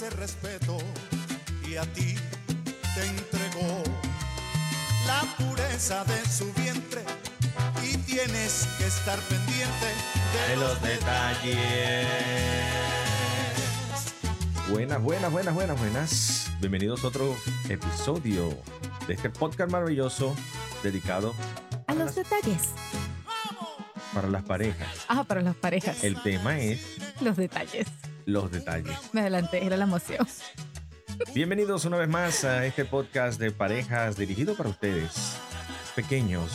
de respeto y a ti te entregó la pureza de su vientre y tienes que estar pendiente de, de los detalles. Buenas, buenas, buenas, buenas, buenas. Bienvenidos a otro episodio de este podcast maravilloso dedicado A los detalles. para las parejas. Ah, para las parejas. El tema es Los detalles. los detalles. Me adelanté, era la emoción. Bienvenidos una vez más a este podcast de parejas dirigido para ustedes, pequeños,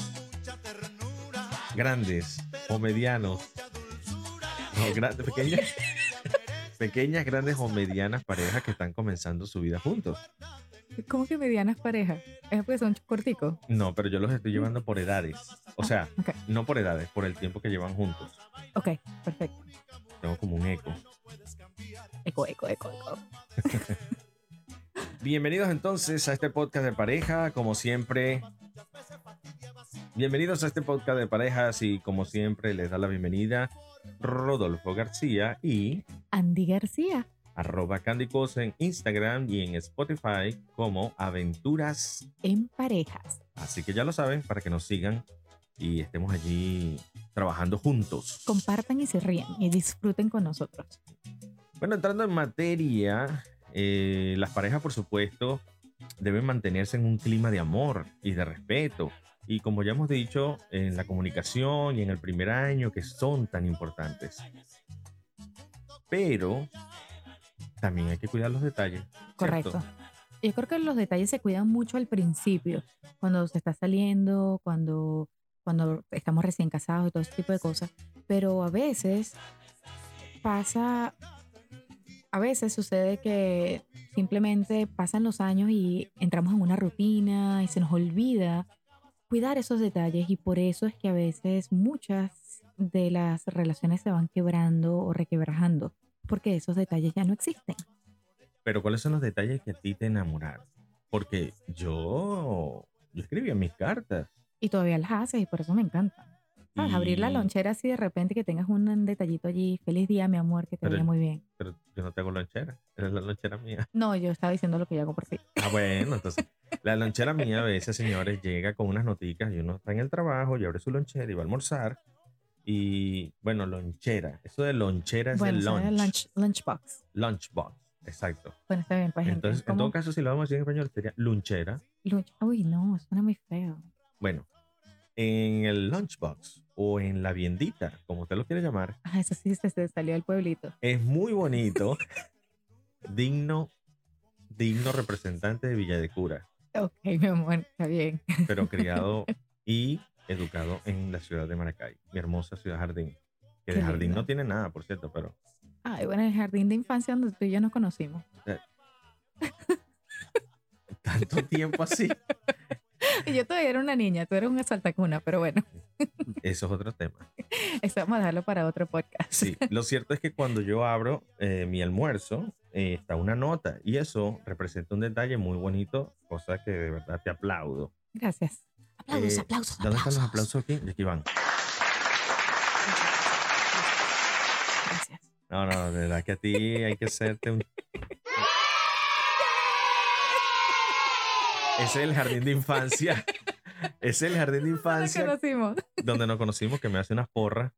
grandes o medianos. No, grandes, pequeñas. Pequeñas, grandes o medianas parejas que están comenzando su vida juntos. ¿Cómo que medianas parejas? Es porque son corticos. No, pero yo los estoy llevando por edades. O sea, Ok. no por edades, por el tiempo que llevan juntos. Ok, perfecto. Tengo como un eco. Eco, eco, eco, eco. Bienvenidos entonces a este podcast de pareja, como siempre. Bienvenidos a este podcast de parejas y como siempre les da la bienvenida Rodolfo García y Andy García. arroba Candicos en Instagram y en Spotify como Aventuras. En parejas. Así que ya lo saben para que nos sigan y estemos allí trabajando juntos. Compartan y se rían y disfruten con nosotros. Bueno, entrando en materia, eh, las parejas, por supuesto, deben mantenerse en un clima de amor y de respeto. Y como ya hemos dicho, en la comunicación y en el primer año, que son tan importantes. Pero también hay que cuidar los detalles. ¿cierto? Correcto. Yo creo que los detalles se cuidan mucho al principio, cuando se está saliendo, cuando, cuando estamos recién casados y todo ese tipo de cosas. Pero a veces pasa, a veces sucede que simplemente pasan los años y entramos en una rutina y se nos olvida cuidar esos detalles y por eso es que a veces muchas de las relaciones se van quebrando o requebrajando, porque esos detalles ya no existen. Pero ¿cuáles son los detalles que a ti te enamoraron? Porque yo, yo escribía mis cartas. Y todavía las haces y por eso me encanta. ¿Sabes? y- Abrir la lonchera así de repente que tengas un detallito allí. Feliz día, mi amor, que te Pero- vaya muy bien. Pero yo no tengo lonchera. Era la lonchera mía. No, yo estaba diciendo lo que yo hago por ti. Ah, bueno, entonces la lonchera mía a veces, señores, llega con unas noticas y uno está en el trabajo y abre su lonchera y va a almorzar. Y bueno, lonchera. Eso de lonchera es bueno, el se llama lunch. lunch- lunchbox. Lunchbox. Exacto. Bueno, está bien, pues. gente, Entonces, es en todo como caso, si lo vamos a decir en español, sería lunchera. lunch- Uy, no, suena muy feo. Bueno, en el lunchbox o en la viendita, como usted lo quiere llamar, Ah, eso sí se, se salió del pueblito. es muy bonito, digno, digno representante de Villa de Cura. Ok, mi amor, está bien. pero criado y educado en la ciudad de Maracay, mi hermosa ciudad jardín. Que Qué de jardín lindo. no tiene nada, por cierto, pero Ay, bueno, el jardín de infancia donde tú y yo nos conocimos. tanto tiempo así. Y yo todavía era una niña, tú eras una saltacuna, pero bueno, Eso es otro tema. eso vamos a dejarlo para otro podcast. Sí, lo cierto es que cuando yo abro eh, mi almuerzo, eh, está una nota y eso representa un detalle muy bonito, cosa que de verdad te aplaudo. Gracias. Aplausos, Eh, aplausos, ¿Dónde aplausos. están los aplausos aquí? Y Aquí van. Gracias. No, no, de verdad que a ti hay que hacerte un... Es el jardín de infancia. Es el jardín de Nos infancia conocimos. donde nos conocimos que me hace unas porras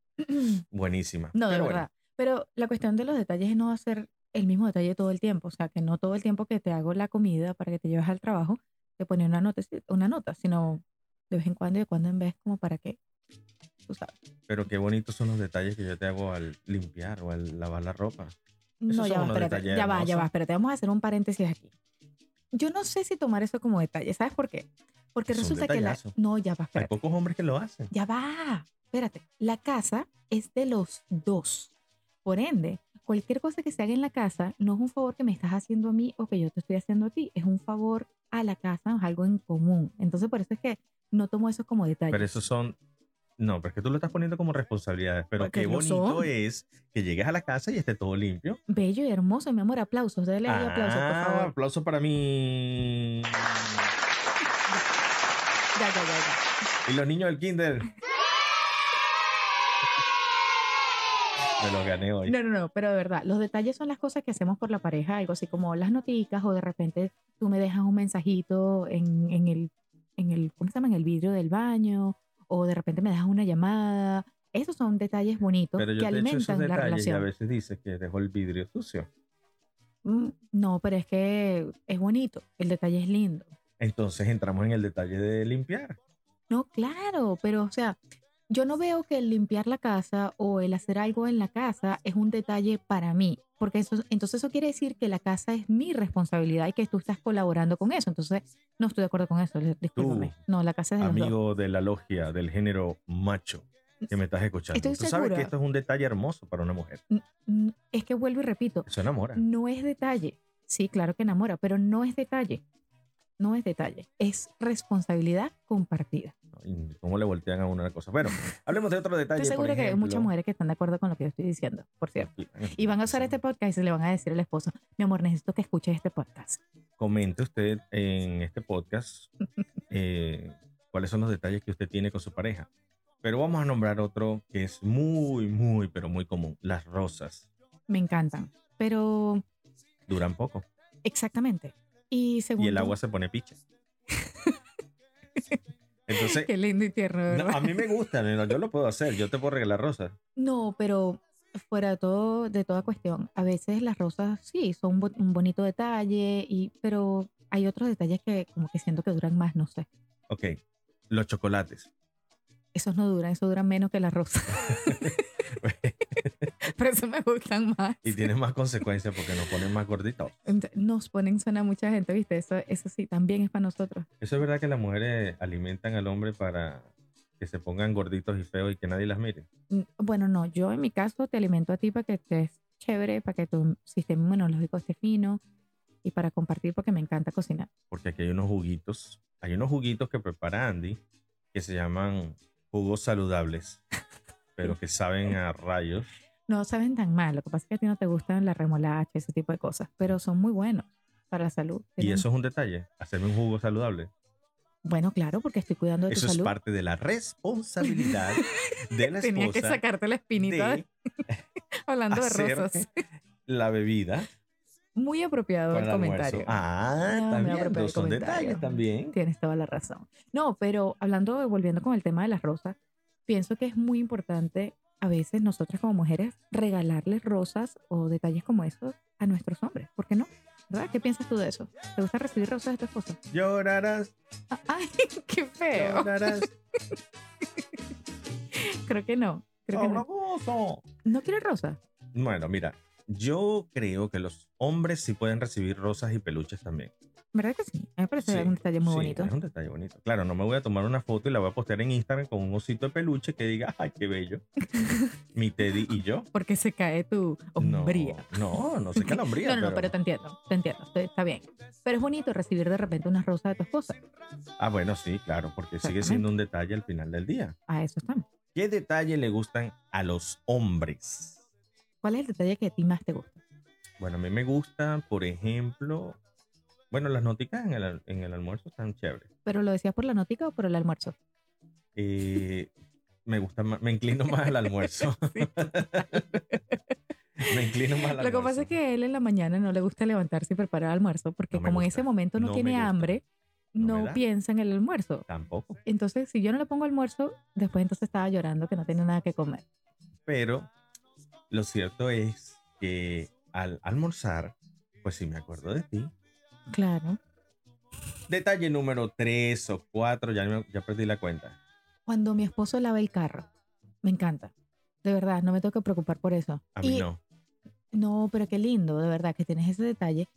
buenísimas. No, de Pero bueno, verdad. Pero la cuestión de los detalles es no hacer el mismo detalle todo el tiempo. O sea, que no todo el tiempo que te hago la comida para que te lleves al trabajo, te pone una nota, una nota, sino de vez en cuando y de cuando en vez, como para que, tú sabes. pero qué bonitos son los detalles que yo te hago al limpiar o al lavar la ropa. No, son ya va, unos espérate, detalles ya va, ya hermosos. va, espérate, vamos a hacer un paréntesis aquí. Yo no sé si tomar eso como detalle, ¿sabes por qué? Porque Es un resulta que la... detallazo. No, ya Hay va, espérate. pocos hombres que lo hacen. Ya va, espérate. La casa es de los dos. Por ende, cualquier cosa que se haga en la casa no es un favor que me estás haciendo a mí o que yo te estoy haciendo a ti. Es un favor a la casa, es algo en común. Entonces, por eso es que no tomo eso como detalle. Pero esos son... No, pero es que tú lo estás poniendo como responsabilidades. Pero Porque qué lo son. bonito es que llegues a la casa y esté todo limpio. Bello y hermoso, mi amor. Aplausos, dale ahí aplausos, por Ah, favor. aplauso para mí. Ya, ya, ya, ya. Y los niños del kinder. Me lo gané hoy. No, no, no, pero de verdad, los detalles son las cosas que hacemos por la pareja, algo así como las noticas o de repente tú me dejas un mensajito en, en el, en el, ¿cómo se llama? En el vidrio del baño o de repente me dejas una llamada. Esos son detalles bonitos pero yo que te echo esos alimentan la detalles y a relación. veces dices que dejó el vidrio sucio. Mm, No, pero es que es bonito, el detalle es lindo. Entonces entramos en el detalle de limpiar. No, claro, pero o sea, yo no veo que el limpiar la casa o el hacer algo en la casa es un detalle para mí, porque eso, entonces eso quiere decir que la casa es mi responsabilidad y que tú estás colaborando con eso. Entonces, no estoy de acuerdo con eso, le- discúlpame. No, la casa es de los dos. Amigo de la logia del género macho que me estás escuchando. Estoy Tú sabes segura. que esto es un detalle hermoso para una mujer. Mm, Es que vuelvo y repito, Eso enamora. no es detalle. Sí, claro que enamora, pero no es detalle. No es detalle, es responsabilidad compartida. Y ¿Cómo le voltean a uno la cosa? Bueno, hablemos de otro detalle. Estoy por segura que hay ejemplo. muchas mujeres que están de acuerdo con lo que yo estoy diciendo, por cierto. Y van a usar este podcast y le van a decir al esposo, mi amor, necesito que escuches este podcast. Comente usted en este podcast eh, cuáles son los detalles que usted tiene con su pareja. Pero vamos a nombrar otro que es muy, muy, pero muy común. Las rosas Me encantan. Pero, duran poco exactamente. Y según y el tú- agua se pone picha. Entonces, Qué lindo y tierno, de no, ¿verdad? a mí me gusta, nena, yo lo puedo hacer, yo te puedo regalar rosas. No, pero fuera de todo, de toda cuestión, a veces las rosas sí son un, bo- un bonito detalle, y, pero hay otros detalles que como que siento que duran más, no sé. Ok, los chocolates. Esos no duran, esos duran menos que las rosas. pero eso me gustan más. y tienen más consecuencias porque nos ponen más gorditos. Ent- Nos ponen suena mucha gente, ¿viste? Eso, eso sí, también es para nosotros. Eso es verdad que las mujeres alimentan al hombre para que se pongan gorditos y feos y que nadie las mire. Mm, Bueno, no, yo en mi caso te alimento a ti para que estés chévere, para que tu sistema inmunológico esté fino y para compartir porque me encanta cocinar. Porque aquí hay unos juguitos, hay unos juguitos que prepara Andy que se llaman jugos saludables, pero que saben a rayos. No saben tan mal, lo que pasa es que a ti no te gustan la remolacha, ese tipo de cosas, pero son muy buenos para la salud. Y Tienen- eso es un detalle, hacerme un jugo saludable. Bueno, claro, porque estoy cuidando de Eso tu es salud. parte de la responsabilidad de la Tenía que esposa sacarte la espinita de hablando de hacer rosas. la bebida Muy apropiado para el el almuerzo. comentario. Ah, No, me también, apropié del son comentario. detalles también. Tienes toda la razón. No, pero hablando, volviendo con el tema de las rosas, pienso que es muy importante a veces nosotras como mujeres regalarles rosas o detalles como esos a nuestros hombres. ¿Por qué no? ¿Verdad? ¿Qué piensas tú de eso? ¿Te gusta recibir rosas de tu esposa? Llorarás, Ah, ¡Ay, qué feo! llorarás, Creo que no. Creo que Oh, no. sabroso. ¿No quieres rosas? Bueno, mira, yo creo que los hombres sí pueden recibir rosas y peluches también. ¿Verdad que sí? A mí me parece Sí, un detalle muy sí, bonito. Es un detalle bonito. Claro, no me voy a tomar una foto y la voy a postear en Instagram con un osito de peluche que diga, ¡ay, qué bello! Mi Teddy y yo. Porque se cae tu hombría. No, no, no sé qué hombría. No, no, no, pero te entiendo, te entiendo, estoy- está bien. Pero es bonito recibir de repente unas rosas de tu esposa. Ah, bueno, sí, claro, porque sigue siendo un detalle al final del día. A eso estamos. ¿Qué detalle le gustan a los hombres? ¿Cuál es el detalle que a ti más te gusta? Bueno, a mí me gusta, por ejemplo, bueno, las noticas en el, al- en el almuerzo están chéveres. ¿Pero lo decías por la notica o por el almuerzo? Eh, me gusta más, me inclino más al almuerzo. me inclino más al Lo almuerzo. que pasa es que él en la mañana no le gusta levantarse y preparar almuerzo porque No me como en gusta. ese momento no, No me tiene gusta. hambre, No me no, da. piensa en el almuerzo. Tampoco. Entonces, si yo no le pongo almuerzo, después entonces estaba llorando que no tenía nada que comer. Pero lo cierto es que al almorzar, pues sí me acuerdo de ti. Claro. Detalle número 3 o 4, ya, me- ya perdí la cuenta. Cuando mi esposo lava el carro, me encanta. De verdad, no me tengo que preocupar por eso. A mí Y- no. No, pero qué lindo, de verdad, que tienes ese detalle.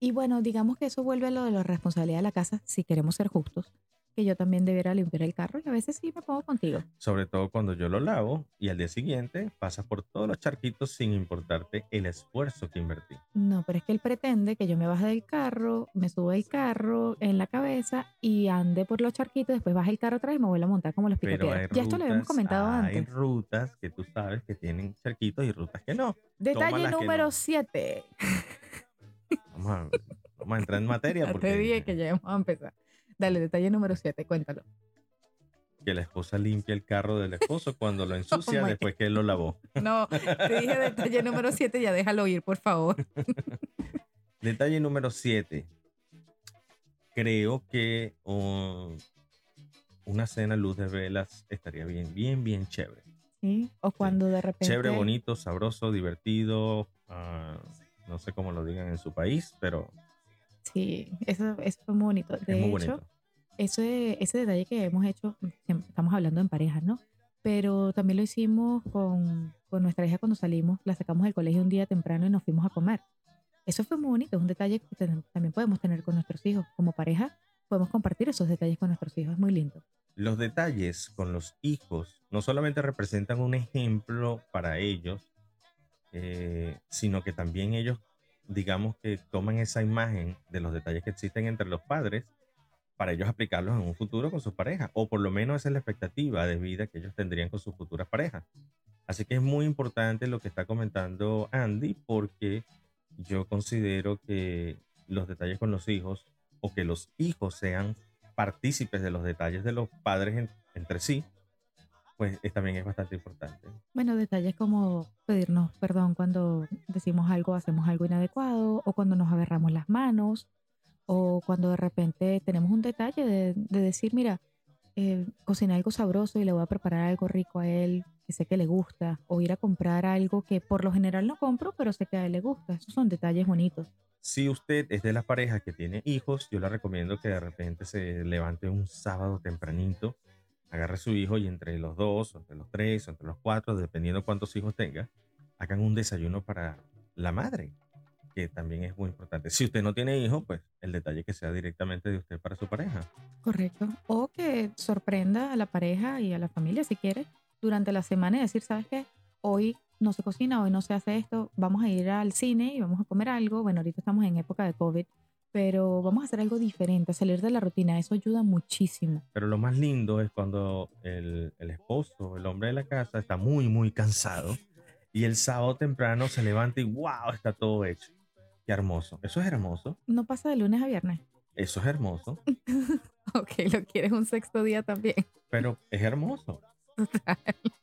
Y bueno, digamos que eso vuelve a lo de la responsabilidad de la casa, si queremos ser justos, que yo también debiera limpiar el carro y a veces sí me pongo contigo. Sobre todo cuando yo lo lavo y al día siguiente pasas por todos los charquitos sin importarte el esfuerzo que invertí. No, pero es que él pretende que yo me baje del carro, me suba el carro en la cabeza y ande por los charquitos, después baje el carro atrás y me vuelvo a montar como los Pero hay picapiedras. Ya esto lo habíamos rutas, comentado hay antes. rutas que tú sabes que tienen charquitos y rutas que no. Detalle tómalas que número no. 7. Vamos a, vamos a entrar en materia Ya porque te dije que ya íbamos a empezar. Dale, detalle número 7, cuéntalo. que la esposa limpia el carro del esposo cuando lo ensucia my después que él lo lavó. No, te dije detalle número 7, ya déjalo ir, por favor. Detalle número 7. Creo que oh, una cena a luz de velas estaría bien, bien, bien chévere. Sí, o cuando de repente. Chévere, bonito, sabroso, divertido. ah, no sé cómo lo digan en su país, pero Sí, eso, eso fue muy bonito. De es muy hecho, bonito. ese, ese detalle que hemos hecho, siempre estamos hablando en parejas, ¿no? Pero también lo hicimos con, con nuestra hija cuando salimos, la sacamos del colegio un día temprano y nos fuimos a comer. Eso fue muy bonito, es un detalle que ten- también podemos tener con nuestros hijos. Como pareja, podemos compartir esos detalles con nuestros hijos, es muy lindo. Los detalles con los hijos no solamente representan un ejemplo para ellos, eh, sino que también ellos, digamos que toman esa imagen de los detalles que existen entre los padres para ellos aplicarlos en un futuro con sus parejas, o por lo menos esa es la expectativa de vida que ellos tendrían con sus futuras parejas. Así que es muy importante lo que está comentando Andy, porque yo considero que los detalles con los hijos, o que los hijos sean partícipes de los detalles de los padres en- entre sí, pues es- también es bastante importante. Bueno, detalles como pedirnos perdón cuando decimos algo, hacemos algo inadecuado, o cuando nos agarramos las manos, o cuando de repente tenemos un detalle de, de decir, mira, eh, cociné algo sabroso y le voy a preparar algo rico a él que sé que le gusta, o ir a comprar algo que por lo general no compro, pero sé que a él le gusta. Esos son detalles bonitos. Si usted es de las parejas que tiene hijos, yo le recomiendo que de repente se levante un sábado tempranito, agarre a su hijo y entre los dos, o entre los tres, o entre los cuatro, dependiendo cuántos hijos tenga, hagan un desayuno para la madre, que también es muy importante. Si usted no tiene hijos, pues el detalle que sea directamente de usted para su pareja. Correcto. O que sorprenda a la pareja y a la familia, si quiere, durante la semana y decir, ¿sabes qué? Hoy no se cocina, hoy no se hace esto, vamos a ir al cine y vamos a comer algo. Bueno, ahorita estamos en época de COVID, pero vamos a hacer algo diferente, a salir de la rutina. Eso ayuda muchísimo. Pero lo más lindo es cuando el, el esposo, el hombre de la casa, está muy, muy cansado y el sábado temprano se levanta y wow, está todo hecho. Qué hermoso. Eso es hermoso. No pasa de lunes a viernes. Eso es hermoso. Ok, lo quieres un sexto día también. Pero es hermoso.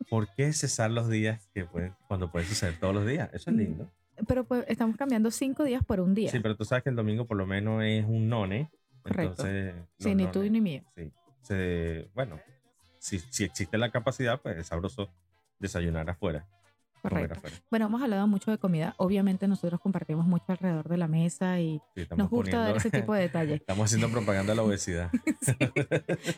¿Por qué cesar los días que pueden, cuando puede suceder todos los días? Mm, Eso es lindo. Pero pues estamos cambiando cinco días por un día. Sí, pero tú sabes que el domingo por lo menos es un none. Correcto. Entonces, los Sí, ni tú nones- ni mío. Sí. Se- bueno, si, si existe la capacidad, pues es sabroso desayunar afuera, comer Correcto. afuera. Bueno, hemos hablado mucho de comida. Obviamente nosotros compartimos mucho alrededor de la mesa y Sí, estamos nos gusta dar poniendo- ese tipo de detalles. Estamos haciendo propaganda a la obesidad.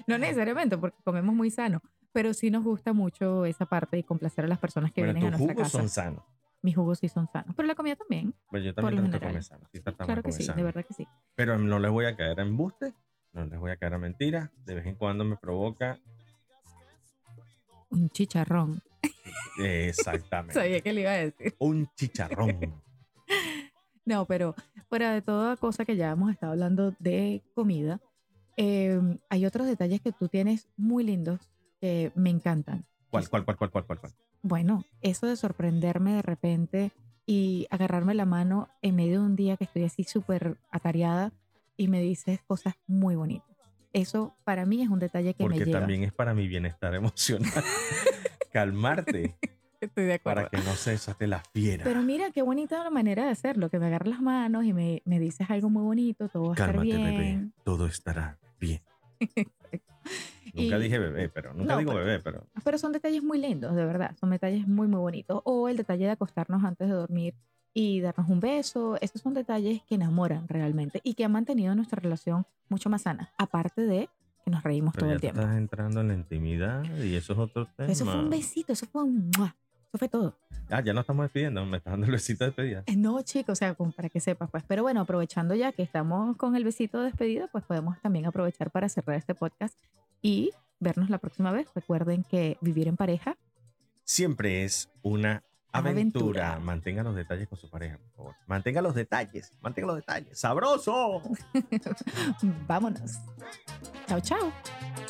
No necesariamente, porque comemos muy sano, pero sí nos gusta mucho esa parte y complacer a las personas que Bueno, vienen tus a nuestra jugos casa. son sanos. Mis jugos sí son sanos, pero la comida también. Pero yo Por también lo trato de general. comer sano. Sí, tratamos de claro que comer sí, sano. de verdad que sí. Pero no les voy a caer a embuste, no les voy a caer a mentiras. De vez en cuando me provoca. Un chicharrón. eh, Exactamente. Sabía que le iba a decir. Un chicharrón. No, pero fuera de toda cosa que ya hemos estado hablando de comida, eh, hay otros detalles que tú tienes muy lindos que me encantan. ¿Cuál, cuál, cuál, cuál, cuál, cuál? cuál? Bueno, eso de sorprenderme de repente y agarrarme la mano en medio de un día que estoy así súper atareada y me dices cosas muy bonitas. Eso para mí es un detalle que Porque me lleva. también es para mi bienestar emocional. Calmarte Estoy de para que no cesate la fiera. Pero mira qué bonita la manera de hacerlo, que me agarras las manos y me, me dices algo muy bonito, todo va a estar Cálmate, bebé. bien. Todo estará bien. Nunca Y- dije bebé, pero nunca No, pues, digo pero- bebé, pero Pero son detalles muy lindos, de verdad. Son detalles muy, muy bonitos. O el detalle de acostarnos antes de dormir y darnos un beso. Esos son detalles que enamoran realmente y que han mantenido nuestra relación mucho más sana. Aparte de que nos reímos Pero todo ya el tú tiempo. estás entrando en la intimidad y eso es otro este tema. Eso fue un besito, eso fue un... ¡mua! Eso fue todo. Ah, ya no estamos despidiendo, me estás dando el besito de despedida. Eh, No, chicos, o sea, como para que sepas, pues. Pero bueno, aprovechando ya que estamos con el besito de despedida, pues podemos también aprovechar para cerrar este podcast y vernos la próxima vez. Recuerden que vivir en pareja Siempre es una aventura. Aventura. Mantenga los detalles con su pareja, por favor. Mantenga los detalles, mantenga los detalles. ¡Sabroso! Vámonos. ¡ah! Chao, chao.